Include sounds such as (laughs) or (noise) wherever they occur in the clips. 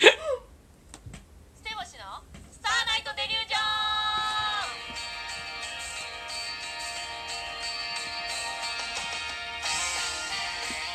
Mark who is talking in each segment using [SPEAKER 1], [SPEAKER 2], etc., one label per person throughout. [SPEAKER 1] ステボシのスターナイトデリュージョン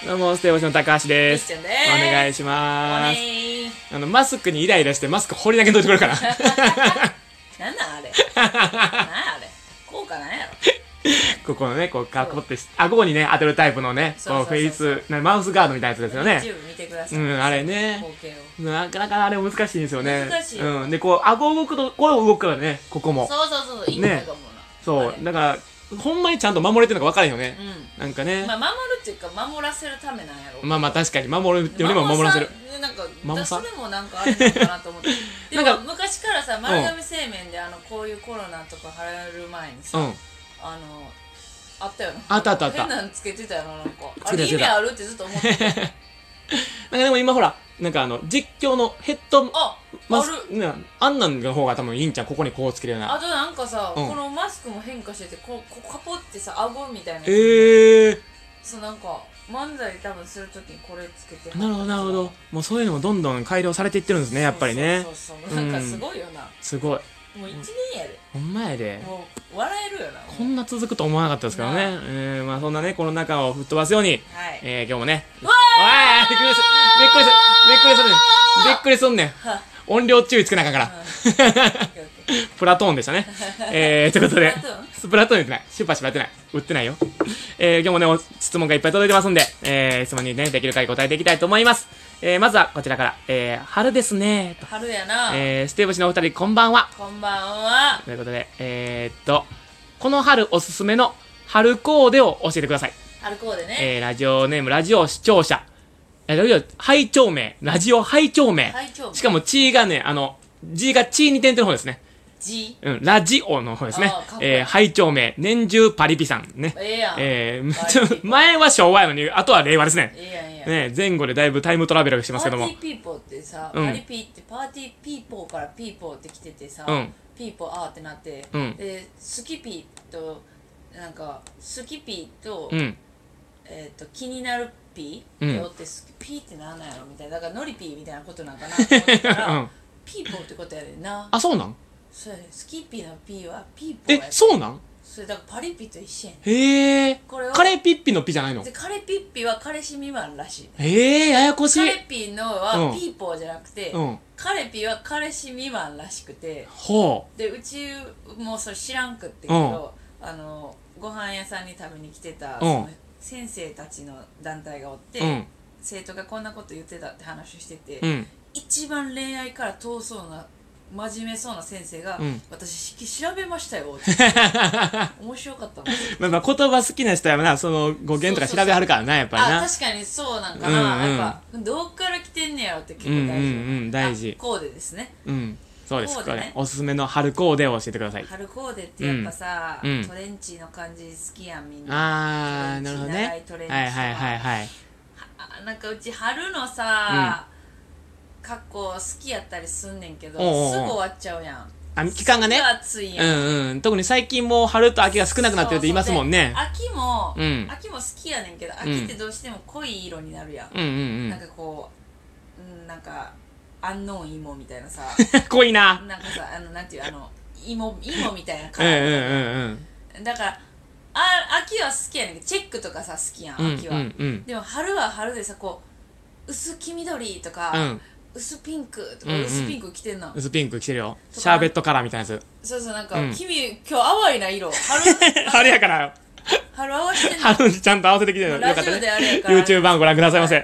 [SPEAKER 2] どうも、ステーボシの高橋で
[SPEAKER 1] みっ
[SPEAKER 2] す。
[SPEAKER 1] ちゃんで
[SPEAKER 2] お
[SPEAKER 1] す
[SPEAKER 2] 願いしま
[SPEAKER 1] お
[SPEAKER 2] す。
[SPEAKER 1] ね
[SPEAKER 2] あの、マスクにイライラして、マスク掘りだけ取って
[SPEAKER 1] (laughs)
[SPEAKER 2] くるから。
[SPEAKER 1] ーなんなんあれなんやあれ効果なんやろ
[SPEAKER 2] ここのね、こう、囲ってし、顎にね、当てるタイプのね、
[SPEAKER 1] そう
[SPEAKER 2] こ、
[SPEAKER 1] そううそう
[SPEAKER 2] フェイス、なマウスガードみたいなやつですよね。
[SPEAKER 1] YouTube 見てくださ
[SPEAKER 2] う
[SPEAKER 1] い、
[SPEAKER 2] ん、あれね。
[SPEAKER 1] 光景を
[SPEAKER 2] なかなかあれ難しいんですよね。
[SPEAKER 1] 難しい
[SPEAKER 2] うん。で、こう、顎動くと、これも動くからね、ここも。
[SPEAKER 1] そうそうそういいんだと思うな、
[SPEAKER 2] そう
[SPEAKER 1] あ。れ
[SPEAKER 2] だから、ほんまにちゃんと守れてるのか分からんよね。なんか
[SPEAKER 1] うん
[SPEAKER 2] ね
[SPEAKER 1] ま。あ守るっていうか守らせるためなんやろ
[SPEAKER 2] まあまあ、確かに、守るよりも守らせる。
[SPEAKER 1] マモさんなんか
[SPEAKER 2] マモさん
[SPEAKER 1] それもなんかあれなのかなと思ってでも
[SPEAKER 2] なんか
[SPEAKER 1] 昔からさ丸亀製麺であのこういうコロナとか流行る前にさ、
[SPEAKER 2] うん。
[SPEAKER 1] あのあったよな
[SPEAKER 2] あったあったあった
[SPEAKER 1] 変なんつけてたよななんか
[SPEAKER 2] つ
[SPEAKER 1] あ
[SPEAKER 2] けてた
[SPEAKER 1] れ意
[SPEAKER 2] つけて
[SPEAKER 1] 味
[SPEAKER 2] た
[SPEAKER 1] あるってずっと思ってた
[SPEAKER 2] なんかでも今ほら、なんかあの、実況のヘッド
[SPEAKER 1] あ
[SPEAKER 2] (laughs) マ
[SPEAKER 1] あ
[SPEAKER 2] ス
[SPEAKER 1] る
[SPEAKER 2] ク、ね、あんなんの方が多分いいんちゃん、ここにこうつけるよう
[SPEAKER 1] あ
[SPEAKER 2] な。
[SPEAKER 1] となんかさ、
[SPEAKER 2] うん
[SPEAKER 1] このマスクも変化しててこうこうカポってさ顎みたいなやつ
[SPEAKER 2] ええ
[SPEAKER 1] そうなんか漫才多分するときにこれつけてはった
[SPEAKER 2] ー。なるほど、なるほど。もうそういうのもどんどん改良されていってるんですね、やっぱりね
[SPEAKER 1] そ。うそうそうそうなんかすごいよな、
[SPEAKER 2] すごい。
[SPEAKER 1] もう1年やで
[SPEAKER 2] ほんまやで。
[SPEAKER 1] もう笑えるよなもう
[SPEAKER 2] こんな続くと思わなかったですから
[SPEAKER 1] な
[SPEAKER 2] ね。えー、まあそんなね、この中を吹っ飛ばすように、
[SPEAKER 1] はい
[SPEAKER 2] えー、今日もね。
[SPEAKER 1] わ
[SPEAKER 2] おいびっくりすびっくりすびっくりするねびっくりすんねん。音量注意つけなあかんから。
[SPEAKER 1] ーオッケーオッケー
[SPEAKER 2] プラトーンでし
[SPEAKER 1] (laughs)
[SPEAKER 2] たね。えー、ということ
[SPEAKER 1] プ
[SPEAKER 2] で
[SPEAKER 1] ラトーン、
[SPEAKER 2] スプラトーン言ってない。シュパシュパやってない。売ってないよ。えー、今日もね、お質問がいっぱい届いてますんで、えー、質問にね、できる限り答えていきたいと思います。えー、まずはこちらから、えー、春ですね、と。
[SPEAKER 1] 春やな、
[SPEAKER 2] えー、ステーブシのお二人、こんばんは。
[SPEAKER 1] こんばんは
[SPEAKER 2] ということで、えー、っと、この春おすすめの春コーデを教えてください。
[SPEAKER 1] 春コーデね、
[SPEAKER 2] えー、ラジオネーム、ラジオ視聴者。えー、ラジオ、拝聴名。ラジオ拝聴名。
[SPEAKER 1] 拝聴名
[SPEAKER 2] しかも、チーがね、あの、G がチーに点々の方ですね。
[SPEAKER 1] G
[SPEAKER 2] うん、ラジオの方ですね
[SPEAKER 1] あーかっ。こいい
[SPEAKER 2] えー、拝聴名、年中パリピさんね。
[SPEAKER 1] ええやん、
[SPEAKER 2] えー
[SPEAKER 1] パ
[SPEAKER 2] ちょ
[SPEAKER 1] リピ
[SPEAKER 2] (laughs) 前は昭和やのに、あとは令和ですね。
[SPEAKER 1] ええやんええやん、
[SPEAKER 2] ね、前後でだいぶタイムトラベルしてま
[SPEAKER 1] パ
[SPEAKER 2] す
[SPEAKER 1] ーティ
[SPEAKER 2] けども。
[SPEAKER 1] ーピーポーってさ、
[SPEAKER 2] うん
[SPEAKER 1] パリピーってパーティーピーポーからピーポーって来ててさ、
[SPEAKER 2] うん
[SPEAKER 1] ピーポーあーってなって、
[SPEAKER 2] うん
[SPEAKER 1] でスキピーとなんかスキピーと,、
[SPEAKER 2] うん。
[SPEAKER 1] えー、と気になるピ
[SPEAKER 2] うん
[SPEAKER 1] ーっておって、スキピーってなんなんやろみたいなだからノリピーみたいなことなんかなと思ってたら、
[SPEAKER 2] (laughs) うん
[SPEAKER 1] ピーポーってことやでな
[SPEAKER 2] あ、そうなん
[SPEAKER 1] そうやでスキピーのピーはピーポー
[SPEAKER 2] え
[SPEAKER 1] や、で
[SPEAKER 2] そうなん
[SPEAKER 1] それだからパリピーと一緒やね
[SPEAKER 2] へえ。
[SPEAKER 1] これは
[SPEAKER 2] カレーピッピのピじゃないの
[SPEAKER 1] んでカレピッピは彼氏未満らしいね
[SPEAKER 2] ええ、ややこし
[SPEAKER 1] カ
[SPEAKER 2] い。
[SPEAKER 1] レピーの
[SPEAKER 2] う
[SPEAKER 1] は
[SPEAKER 2] ん
[SPEAKER 1] ピーポーじゃなくて、
[SPEAKER 2] うん。
[SPEAKER 1] カレピーは彼氏未満らしくて
[SPEAKER 2] ほ
[SPEAKER 1] でうちもそれ知らんくってけど、あのご飯屋さんに食べに来てた、その先生たちの団体がおって、
[SPEAKER 2] う。うん。
[SPEAKER 1] 生徒がこんなこと言ってたって話をしてて、
[SPEAKER 2] うん。
[SPEAKER 1] 一番恋愛から遠そうな真面目そうな先生が「
[SPEAKER 2] うん
[SPEAKER 1] 私調べま
[SPEAKER 2] (laughs)
[SPEAKER 1] したよ」って面白かったもん
[SPEAKER 2] まあまあ、言葉好きな人はな、その語源とか調べはるからな、やっぱり
[SPEAKER 1] あ
[SPEAKER 2] な。
[SPEAKER 1] 確かにそうなんかな、
[SPEAKER 2] うんうん
[SPEAKER 1] やっぱどっから来てんねやろって結
[SPEAKER 2] うんう
[SPEAKER 1] 構
[SPEAKER 2] んう
[SPEAKER 1] 大事、
[SPEAKER 2] ん、大事
[SPEAKER 1] あ。コーデですね
[SPEAKER 2] うん。そうです、
[SPEAKER 1] こう
[SPEAKER 2] こ
[SPEAKER 1] でね
[SPEAKER 2] れ。おすすめの春コーデを教えてください。
[SPEAKER 1] 春コーデってやっぱさ、
[SPEAKER 2] うんうん
[SPEAKER 1] トレンチの感じ好きやんみんな
[SPEAKER 2] あー、なるほどね。
[SPEAKER 1] トレンチ長いトレンチ
[SPEAKER 2] はいはいはいはい。
[SPEAKER 1] あなんかうち春のさ、格好好きやったりすんねんけど
[SPEAKER 2] おうおうおう
[SPEAKER 1] すぐ終わっちゃうやん
[SPEAKER 2] あ、期間がね
[SPEAKER 1] すぐ。暑いや、
[SPEAKER 2] うんんうん。特に最近もう春と秋が少なくなってるって言いますもんね。
[SPEAKER 1] そうそうで秋も、
[SPEAKER 2] うん
[SPEAKER 1] 秋も好きやねんけど
[SPEAKER 2] ん
[SPEAKER 1] 秋ってどうしても濃い色になるやん、
[SPEAKER 2] うんうんう
[SPEAKER 1] なん
[SPEAKER 2] ん。
[SPEAKER 1] かこううんなんかアンノーン芋みたいな
[SPEAKER 2] (laughs)
[SPEAKER 1] さ
[SPEAKER 2] 濃いな。
[SPEAKER 1] なんかさあのなんていうあの芋芋みたいな
[SPEAKER 2] うん
[SPEAKER 1] 感
[SPEAKER 2] う
[SPEAKER 1] じ、
[SPEAKER 2] んうん
[SPEAKER 1] だからあ秋は好きやねんけどチェックとかさ好きやん
[SPEAKER 2] うん。うん
[SPEAKER 1] 秋
[SPEAKER 2] う
[SPEAKER 1] は、
[SPEAKER 2] んうん。
[SPEAKER 1] でも春は春でさこう薄黄緑とか、
[SPEAKER 2] うん。
[SPEAKER 1] 薄ピンクと
[SPEAKER 2] うん
[SPEAKER 1] か
[SPEAKER 2] うん
[SPEAKER 1] 薄ピンク着てんの、
[SPEAKER 2] 薄ピンク着てるよ。シャーベットカラーみたいなやつ。 (laughs)
[SPEAKER 1] そうそうなんか、
[SPEAKER 2] うん
[SPEAKER 1] 君今日淡いな色
[SPEAKER 2] (laughs)
[SPEAKER 1] 春
[SPEAKER 2] 春やからよ。
[SPEAKER 1] 春淡してんの
[SPEAKER 2] 春にちゃんと合わせてきてるよかった
[SPEAKER 1] ラジオ
[SPEAKER 2] ね
[SPEAKER 1] であれや。から
[SPEAKER 2] YouTube 版ご覧くださいませ。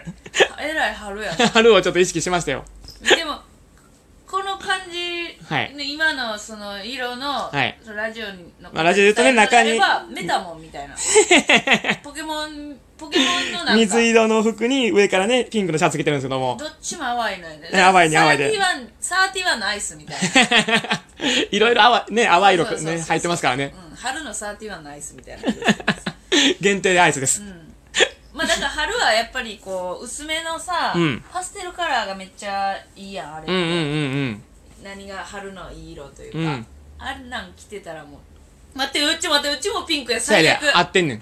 [SPEAKER 1] えらい春や
[SPEAKER 2] 春をちょっと意識しましたよ。
[SPEAKER 1] でもこの感じ、
[SPEAKER 2] はい
[SPEAKER 1] ね今のその色の、
[SPEAKER 2] はい
[SPEAKER 1] そのラジオの、
[SPEAKER 2] まあラジオで言うとね中に
[SPEAKER 1] 伝えればメタモンみたいなポケモンポケモンのなんか
[SPEAKER 2] 水色の服に上からね、ピンクのシャツ着てるんですけども。
[SPEAKER 1] どっちも淡いのよね
[SPEAKER 2] ね淡いね淡いね
[SPEAKER 1] 31 31のアイスみたいな
[SPEAKER 2] いろいろ淡い、ね、淡い色
[SPEAKER 1] そうそうそう
[SPEAKER 2] ね、
[SPEAKER 1] そう
[SPEAKER 2] 入ってますからね。
[SPEAKER 1] うん、春の31のアイスみたいな。
[SPEAKER 2] 限定でアイスです。
[SPEAKER 1] まあだから春はやっぱりこう、薄めのさ、
[SPEAKER 2] うん
[SPEAKER 1] パステルカラーがめっちゃいいやん、あれ。
[SPEAKER 2] うんうんうん
[SPEAKER 1] 何が春のいい色というか、
[SPEAKER 2] うん
[SPEAKER 1] あんなん着てたらもう。待って、うち待って、うちもピンクや、
[SPEAKER 2] うん。
[SPEAKER 1] 最
[SPEAKER 2] や
[SPEAKER 1] 悪。
[SPEAKER 2] 合ってんねん。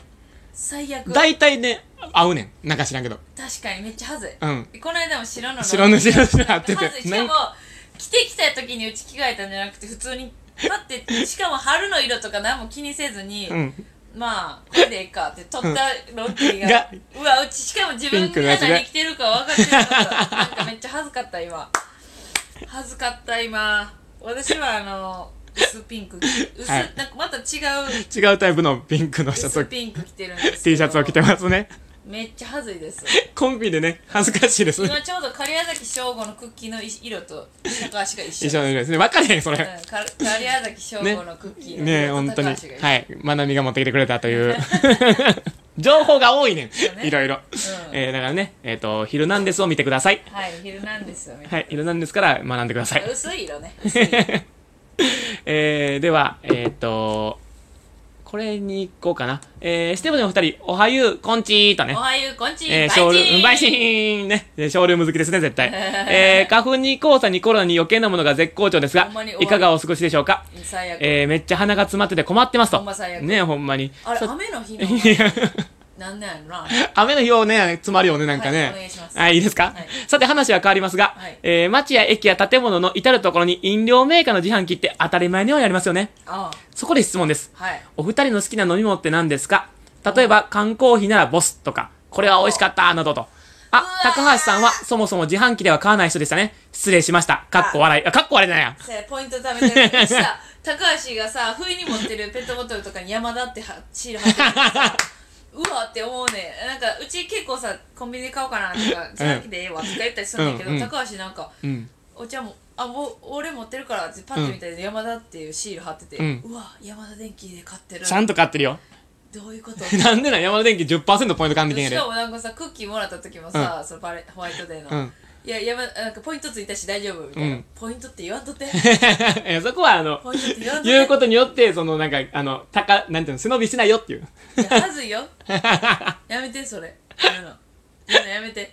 [SPEAKER 1] 最悪。
[SPEAKER 2] 大体ね、合うねん。なんか知らんけど。
[SPEAKER 1] 確かにめっちゃはずい、
[SPEAKER 2] うん。
[SPEAKER 1] この間も白の
[SPEAKER 2] 白の白白合って
[SPEAKER 1] はずい
[SPEAKER 2] て。
[SPEAKER 1] しか
[SPEAKER 2] なん
[SPEAKER 1] も着てきた時にうち着替えたんじゃなくて普通に立ってしかも春の色とか何も気にせずに、
[SPEAKER 2] うん。
[SPEAKER 1] まあこれでええかって取ったロッキーが
[SPEAKER 2] が
[SPEAKER 1] うわうちしかも自分
[SPEAKER 2] ピンクのや
[SPEAKER 1] が
[SPEAKER 2] つが
[SPEAKER 1] 何着てるか分かってなかったなんかめっちゃ恥ずかった今恥ずかった今私はあの薄ピンク薄、
[SPEAKER 2] はい
[SPEAKER 1] なんかまた違う
[SPEAKER 2] 違うタイプのピンクのシャツを
[SPEAKER 1] 薄、ピンク着てるんですけど
[SPEAKER 2] T シャツを着てますね。
[SPEAKER 1] めっちゃ恥ずいです
[SPEAKER 2] コンビでね、恥ずかしいです。
[SPEAKER 1] 今ちょうど狩矢崎省吾のクッキーの色と高橋が一緒
[SPEAKER 2] 一緒の色ですね。わかれへん、それ。
[SPEAKER 1] うんか狩矢崎省吾のクッキーの
[SPEAKER 2] ねえ、
[SPEAKER 1] 色
[SPEAKER 2] 本
[SPEAKER 1] と
[SPEAKER 2] 当
[SPEAKER 1] 高橋
[SPEAKER 2] に。
[SPEAKER 1] が
[SPEAKER 2] は
[SPEAKER 1] 一緒、
[SPEAKER 2] い。まなみが持ってきてくれた
[SPEAKER 1] (laughs)
[SPEAKER 2] という。情報が多いね
[SPEAKER 1] そうね
[SPEAKER 2] ん。いろいろ。
[SPEAKER 1] うん
[SPEAKER 2] えー、だからね、えっ、と、ヒルナンデスを見てください。
[SPEAKER 1] はい、昼なんですよね。
[SPEAKER 2] はい。ヒルナンデスから学んでください。
[SPEAKER 1] 薄い色ね。薄い色
[SPEAKER 2] えー、では、えっ、と、これに行こうかな。えー、ステボジのお二人、おはゆう、こんちーとね
[SPEAKER 1] お。はゆう、こんち
[SPEAKER 2] えー、ショールーム、バイシーンね。でショールーム好きですね、絶対。えー、花粉に黄砂にコロナに余計なものが絶好調です
[SPEAKER 1] ほ
[SPEAKER 2] が
[SPEAKER 1] んまに、多い
[SPEAKER 2] いかがお過ごしでしょうか
[SPEAKER 1] 最悪。
[SPEAKER 2] えー、めっちゃ鼻が詰まってて困ってますと。
[SPEAKER 1] ほんま最悪
[SPEAKER 2] ねえほんまに。
[SPEAKER 1] あれ、
[SPEAKER 2] そ
[SPEAKER 1] 雨の日の。
[SPEAKER 2] いや
[SPEAKER 1] なんなんやろ
[SPEAKER 2] (laughs)
[SPEAKER 1] な。
[SPEAKER 2] 雨の日をね、詰まるよね、なんかね。
[SPEAKER 1] はいお願いします
[SPEAKER 2] はい、いいですか、
[SPEAKER 1] はい
[SPEAKER 2] さて話は変わりますが、
[SPEAKER 1] はい
[SPEAKER 2] えー街や駅や建物の至るところに飲料メーカーの自販機って当たり前のようにありますよね。
[SPEAKER 1] ああ、
[SPEAKER 2] そこで質問です。
[SPEAKER 1] はい。
[SPEAKER 2] お二人の好きな飲み物って何ですか例えば、缶コーヒーならボスとか、これは美味しかった、などと。
[SPEAKER 1] うわ
[SPEAKER 2] あ、
[SPEAKER 1] ー
[SPEAKER 2] 高橋さんはそもそも自販機では買わない人でしたね。失礼しました。かっこ笑い。あ、かっこ笑いじゃないや。
[SPEAKER 1] さあポイント貯めてる時
[SPEAKER 2] (laughs)
[SPEAKER 1] さ、高橋がさ、不意に持ってるペットボトルとかに山田ってはシール貼ってるから
[SPEAKER 2] (laughs)
[SPEAKER 1] さうわって思うね。なんか、うち結構さ、コンビニで買おうかなとか、自販機でええわとか言ったりするんだけど、
[SPEAKER 2] うんうん
[SPEAKER 1] 高橋なんか、
[SPEAKER 2] うん。
[SPEAKER 1] お茶もあもう俺持ってるからってパッて見たら山田っていうシール貼ってて、
[SPEAKER 2] うん
[SPEAKER 1] うわ山田電機で買ってる
[SPEAKER 2] ちゃんと買ってるよ。 (laughs)
[SPEAKER 1] どういうこと
[SPEAKER 2] なんでなん山田電機10%ポイント還元や
[SPEAKER 1] し
[SPEAKER 2] で。
[SPEAKER 1] かもなんかさクッキーもらった時もさ、そのバレホワイトデーの、
[SPEAKER 2] うん。
[SPEAKER 1] いや山なんかポイントついたし大丈夫みたいな、
[SPEAKER 2] うん
[SPEAKER 1] ポイントって言わんとって
[SPEAKER 2] (laughs) いやそこは、あの、
[SPEAKER 1] ポイントって言わんとって
[SPEAKER 2] 言うことによって、その、なんか、あの、たか、なんていうの、背伸びしないよっていう。
[SPEAKER 1] いやはずい
[SPEAKER 2] (laughs)
[SPEAKER 1] よやめてそれやるのやるのやめて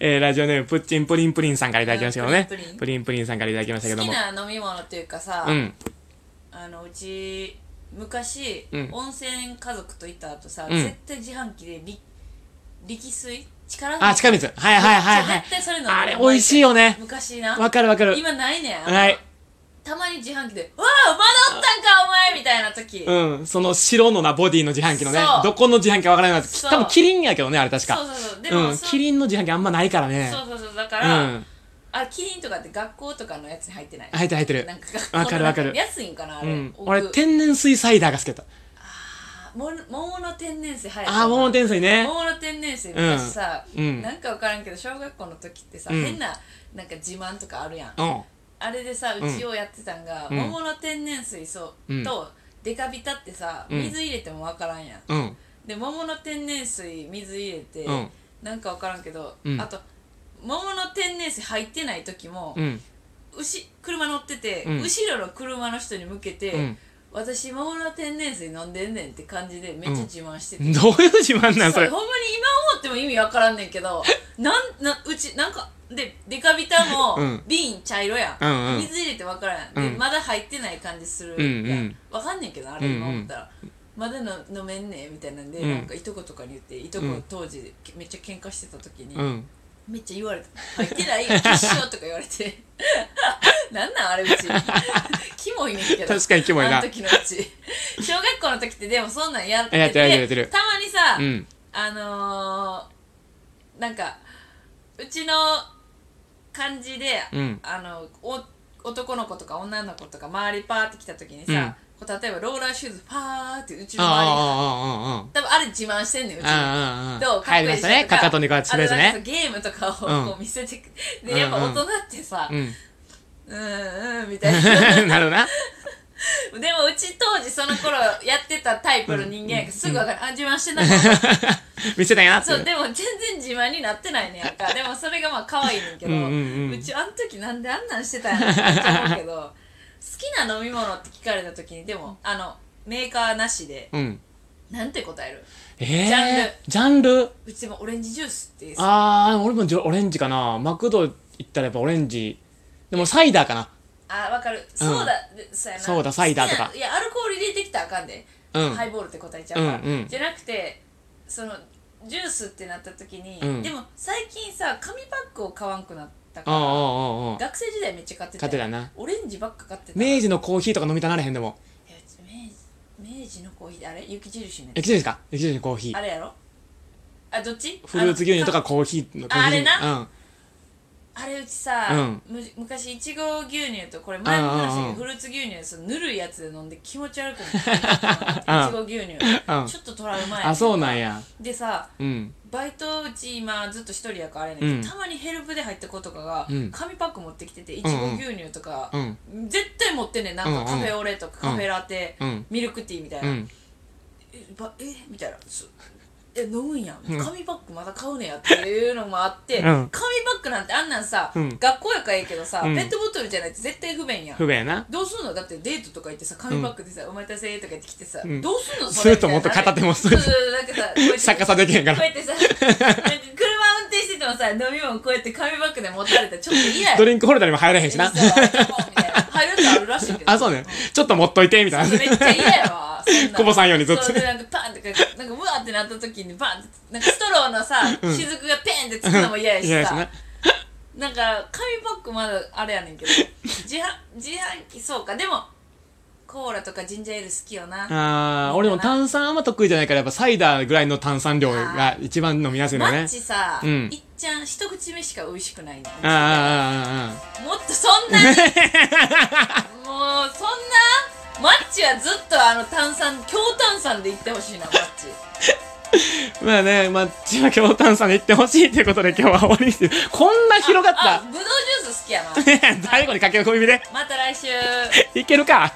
[SPEAKER 2] えー、ラジオネーム、プッチンプリンプリンさんからいただきましたけどね
[SPEAKER 1] プリンプリン。
[SPEAKER 2] プリンプリンさんからいただきましたけど
[SPEAKER 1] 好き
[SPEAKER 2] も。
[SPEAKER 1] な飲み物っていうかさ、
[SPEAKER 2] うん。
[SPEAKER 1] あのうち昔、
[SPEAKER 2] うん
[SPEAKER 1] 温泉家族と行った後さ、
[SPEAKER 2] うん
[SPEAKER 1] 絶対自販機で力力水力水
[SPEAKER 2] あ、近道。はいはいはいはい
[SPEAKER 1] 絶。対それの
[SPEAKER 2] あれ、美味しいよね。
[SPEAKER 1] 昔な
[SPEAKER 2] わかるわかる。
[SPEAKER 1] 今ないねんあの
[SPEAKER 2] はい。
[SPEAKER 1] たまに自販機で「うわあ戻ったんかお前!」みたいな時、
[SPEAKER 2] うん。その白のなボディの自販機のね
[SPEAKER 1] そう。
[SPEAKER 2] どこの自販機かわからないやつ。
[SPEAKER 1] そう
[SPEAKER 2] 多分キリンやけどね、あれ確
[SPEAKER 1] そうそ
[SPEAKER 2] か。
[SPEAKER 1] うそうでも、
[SPEAKER 2] うん。
[SPEAKER 1] そ
[SPEAKER 2] キリンの自販機あんまないからね。
[SPEAKER 1] そうそうそうだか
[SPEAKER 2] う
[SPEAKER 1] ら、
[SPEAKER 2] ん。
[SPEAKER 1] あキリンとかって学校とかのやつに入ってない
[SPEAKER 2] 入ってる入ってる
[SPEAKER 1] なんか学校
[SPEAKER 2] わかるわかる
[SPEAKER 1] の中安いんかなあ
[SPEAKER 2] う
[SPEAKER 1] れ、
[SPEAKER 2] ん。
[SPEAKER 1] 奥
[SPEAKER 2] 俺、天然水サイダーが好きだった。
[SPEAKER 1] あも桃の天然水入る
[SPEAKER 2] あー、桃の天水ね。
[SPEAKER 1] 桃の天然水昔さ、
[SPEAKER 2] うんうん
[SPEAKER 1] なんか分からんけど小学校の時ってさ、
[SPEAKER 2] うん
[SPEAKER 1] 変ななんか自慢とかあるやん
[SPEAKER 2] うん。
[SPEAKER 1] あれでさうちをやってたんが、
[SPEAKER 2] うん
[SPEAKER 1] 桃の天然水そう
[SPEAKER 2] うん
[SPEAKER 1] とデカビタってさ、
[SPEAKER 2] うん
[SPEAKER 1] 水入れても分からんやん
[SPEAKER 2] うん。
[SPEAKER 1] で桃の天然水水入れて、
[SPEAKER 2] うん
[SPEAKER 1] なんか分からんけど、
[SPEAKER 2] うん
[SPEAKER 1] あと桃の天然水入ってない時も、
[SPEAKER 2] うん。
[SPEAKER 1] 牛車乗ってて、
[SPEAKER 2] うん
[SPEAKER 1] 後ろの車の人に向けて、
[SPEAKER 2] うん
[SPEAKER 1] 私桃の天然水飲んでんねんって感じでめっちゃ自慢してて、
[SPEAKER 2] どういう自慢 (laughs) なんそれ
[SPEAKER 1] ほ。んまに今思っても意味わからんねんけど (laughs) なんなうちなんかでデカビタも
[SPEAKER 2] うん
[SPEAKER 1] 瓶茶色やん、
[SPEAKER 2] うんうん
[SPEAKER 1] 水入れてわからんやん、
[SPEAKER 2] うん
[SPEAKER 1] でまだ入ってない感じする
[SPEAKER 2] うんうん
[SPEAKER 1] やん、わかんねんけどあれ
[SPEAKER 2] うんうん
[SPEAKER 1] 今思ったら、まだの飲めんねんみたいなんで、
[SPEAKER 2] うん
[SPEAKER 1] なんかいとことかに言っていとこ当時めっちゃ喧嘩してた時に、
[SPEAKER 2] うん。
[SPEAKER 1] めっちゃ言われた「入って
[SPEAKER 2] (laughs)
[SPEAKER 1] ないよ消しよう」とか言われて (laughs) なんなんあれうち (laughs) キモいねんけど
[SPEAKER 2] 確かにキモいな
[SPEAKER 1] あの時のうち小学校の時ってでもそんなんやってて
[SPEAKER 2] やってるやってる
[SPEAKER 1] たまにさ、
[SPEAKER 2] うん。
[SPEAKER 1] あのー、なんかうちの感じで、
[SPEAKER 2] うん
[SPEAKER 1] あのお男の子とか女の子とか周りパーって来た時にさ、
[SPEAKER 2] うん
[SPEAKER 1] こう例えばローラーシューズパーってうちの
[SPEAKER 2] ああ、
[SPEAKER 1] 周りに
[SPEAKER 2] ああ、ああ、ああ。
[SPEAKER 1] 多分あれ自慢してんねんうち
[SPEAKER 2] ああ、ああ。
[SPEAKER 1] どうかっこいい
[SPEAKER 2] 入り
[SPEAKER 1] で
[SPEAKER 2] ま
[SPEAKER 1] し
[SPEAKER 2] し
[SPEAKER 1] ょ
[SPEAKER 2] たね。
[SPEAKER 1] とか
[SPEAKER 2] かかとに変わってしまいです
[SPEAKER 1] あとなん
[SPEAKER 2] ね。
[SPEAKER 1] かゲームとか
[SPEAKER 2] う
[SPEAKER 1] を
[SPEAKER 2] ん
[SPEAKER 1] こう見せてく、でやっぱ大人ってさ、う、
[SPEAKER 2] うんん。
[SPEAKER 1] うんうんみたいな
[SPEAKER 2] (laughs) なるほどな。
[SPEAKER 1] でもうち当時その頃やってたタイプの人間やからすぐ分かる、あ自慢してんなか
[SPEAKER 2] 見せたんやなってい
[SPEAKER 1] そう
[SPEAKER 2] う。
[SPEAKER 1] でも全然自慢になってないねやんかでもそれがまあ可愛いねんけど
[SPEAKER 2] うんうんうん
[SPEAKER 1] ちあの時なんであんなんしてたんやろって思うけど好きな飲み物って聞かれた時にでもあのメーカーなしで
[SPEAKER 2] うん。
[SPEAKER 1] なんて答える
[SPEAKER 2] ええ。ジャンル
[SPEAKER 1] うちでもオレンジジュースってさ
[SPEAKER 2] ああ、俺もじょオレンジかな。マクド行ったらやっぱオレンジ。でもサイダーかな。
[SPEAKER 1] あわかるソーダ、でそうやな
[SPEAKER 2] ソーダサイダーとか
[SPEAKER 1] 好きないやアルコール入れてきたらあかんで、
[SPEAKER 2] うん
[SPEAKER 1] ハイボールって答えちゃうから、
[SPEAKER 2] うんうん
[SPEAKER 1] じゃなくてそのジュースってなった時に、
[SPEAKER 2] うん
[SPEAKER 1] でも最近さ紙パックを買わんくなったか
[SPEAKER 2] おうおう
[SPEAKER 1] ら
[SPEAKER 2] おうおう
[SPEAKER 1] 学生時代めっちゃ買ってた
[SPEAKER 2] 勝
[SPEAKER 1] よ
[SPEAKER 2] てたな
[SPEAKER 1] オレンジばっか買ってた
[SPEAKER 2] 明治のコーヒーとか飲みたならへんでも
[SPEAKER 1] いや明治明治のコーヒーあれ雪印のや
[SPEAKER 2] え、きちですかえ、きちのコーヒ
[SPEAKER 1] つあ
[SPEAKER 2] ー
[SPEAKER 1] れやろあどっち
[SPEAKER 2] フルーツ牛乳と
[SPEAKER 1] あ
[SPEAKER 2] かコーヒーのコーヒー
[SPEAKER 1] ああれな
[SPEAKER 2] うん
[SPEAKER 1] あれうちさ、
[SPEAKER 2] う
[SPEAKER 1] む昔いちご牛乳とこれ前も話した
[SPEAKER 2] うんうん
[SPEAKER 1] けどフ
[SPEAKER 2] うん
[SPEAKER 1] ルーツ牛乳そのぬるいやつで飲んで気持ち悪く
[SPEAKER 2] (laughs)
[SPEAKER 1] なっていちご牛乳
[SPEAKER 2] うん
[SPEAKER 1] ちょっとトラウマや
[SPEAKER 2] あそうなんや
[SPEAKER 1] でさ
[SPEAKER 2] うん
[SPEAKER 1] バイトうち今ずっと一人やからあれやねんけど、
[SPEAKER 2] うん
[SPEAKER 1] たまにヘルプで入った子とかが
[SPEAKER 2] うん
[SPEAKER 1] 紙パック持ってきてていちご牛乳とか、
[SPEAKER 2] うん
[SPEAKER 1] 絶対持ってんねんなん
[SPEAKER 2] うんうん
[SPEAKER 1] かカフェオレとかカフェラテ、
[SPEAKER 2] うん
[SPEAKER 1] ミルクティーみたいうな、
[SPEAKER 2] ん
[SPEAKER 1] えばえみたいなすえ飲むんやん
[SPEAKER 2] うん
[SPEAKER 1] 紙パックまだ買うねやっていうのもあって、
[SPEAKER 2] うん
[SPEAKER 1] 紙パックなんてあんなんさ、
[SPEAKER 2] うん
[SPEAKER 1] 学校やからええけどさ、
[SPEAKER 2] うん
[SPEAKER 1] ペットボトルじゃないと絶対不便やん
[SPEAKER 2] 不便やな
[SPEAKER 1] どうすんのだってデートとか行ってさ紙パックでさ「お待たせ」とか言ってきてさ、
[SPEAKER 2] うん
[SPEAKER 1] どうすんの
[SPEAKER 2] するともっと片手も
[SPEAKER 1] そ
[SPEAKER 2] そ
[SPEAKER 1] れ
[SPEAKER 2] れ
[SPEAKER 1] みたいなそうそうなんかさこうやって
[SPEAKER 2] (laughs) 逆さできへんか
[SPEAKER 1] こう
[SPEAKER 2] ら
[SPEAKER 1] やってさなんか車運転しててもさ飲み物こうやって紙パックで持たれたらちょっと嫌や
[SPEAKER 2] ドリンクホルダーにも入らへんしな
[SPEAKER 1] みたいな入るってあるらしいけど
[SPEAKER 2] あそうねちょっと持っといてみたい
[SPEAKER 1] めっ
[SPEAKER 2] な
[SPEAKER 1] ちゃ嫌や
[SPEAKER 2] (laughs)
[SPEAKER 1] わ。そな
[SPEAKER 2] 久保さんよりずっと
[SPEAKER 1] そうでなんかパンってか、なんかうわーってなった時にパンって、なんかストローのさ、雫がペンってつくのも嫌やし
[SPEAKER 2] (laughs) 嫌やし
[SPEAKER 1] さ。
[SPEAKER 2] な
[SPEAKER 1] なんか紙パックまだあれやねんけど、 (laughs) 自販自販機そうか、でも、コーラとかジンジャーエール好きよな。
[SPEAKER 2] あー俺も炭酸あんま得意じゃないからやっぱサイダーぐらいの炭酸量が一番飲みやすい
[SPEAKER 1] マ
[SPEAKER 2] の
[SPEAKER 1] ッ
[SPEAKER 2] ね
[SPEAKER 1] チさ、
[SPEAKER 2] うん
[SPEAKER 1] いっちゃん一口目しか美味しくないね
[SPEAKER 2] あーあーあーあー
[SPEAKER 1] もっとそ
[SPEAKER 2] (laughs)
[SPEAKER 1] んなにもうそんなマッチはずっとあの炭酸強炭酸でいってほしいなマッチ
[SPEAKER 2] まあね、まあ、千葉京丹さんに行ってほしいということで今日は終わりにして、こんな (laughs) 広がっ
[SPEAKER 1] あ
[SPEAKER 2] た。
[SPEAKER 1] ぶどうジ
[SPEAKER 2] (laughs)
[SPEAKER 1] ュース好きやな
[SPEAKER 2] 最後に駆け込みで、
[SPEAKER 1] また来週
[SPEAKER 2] いけるか。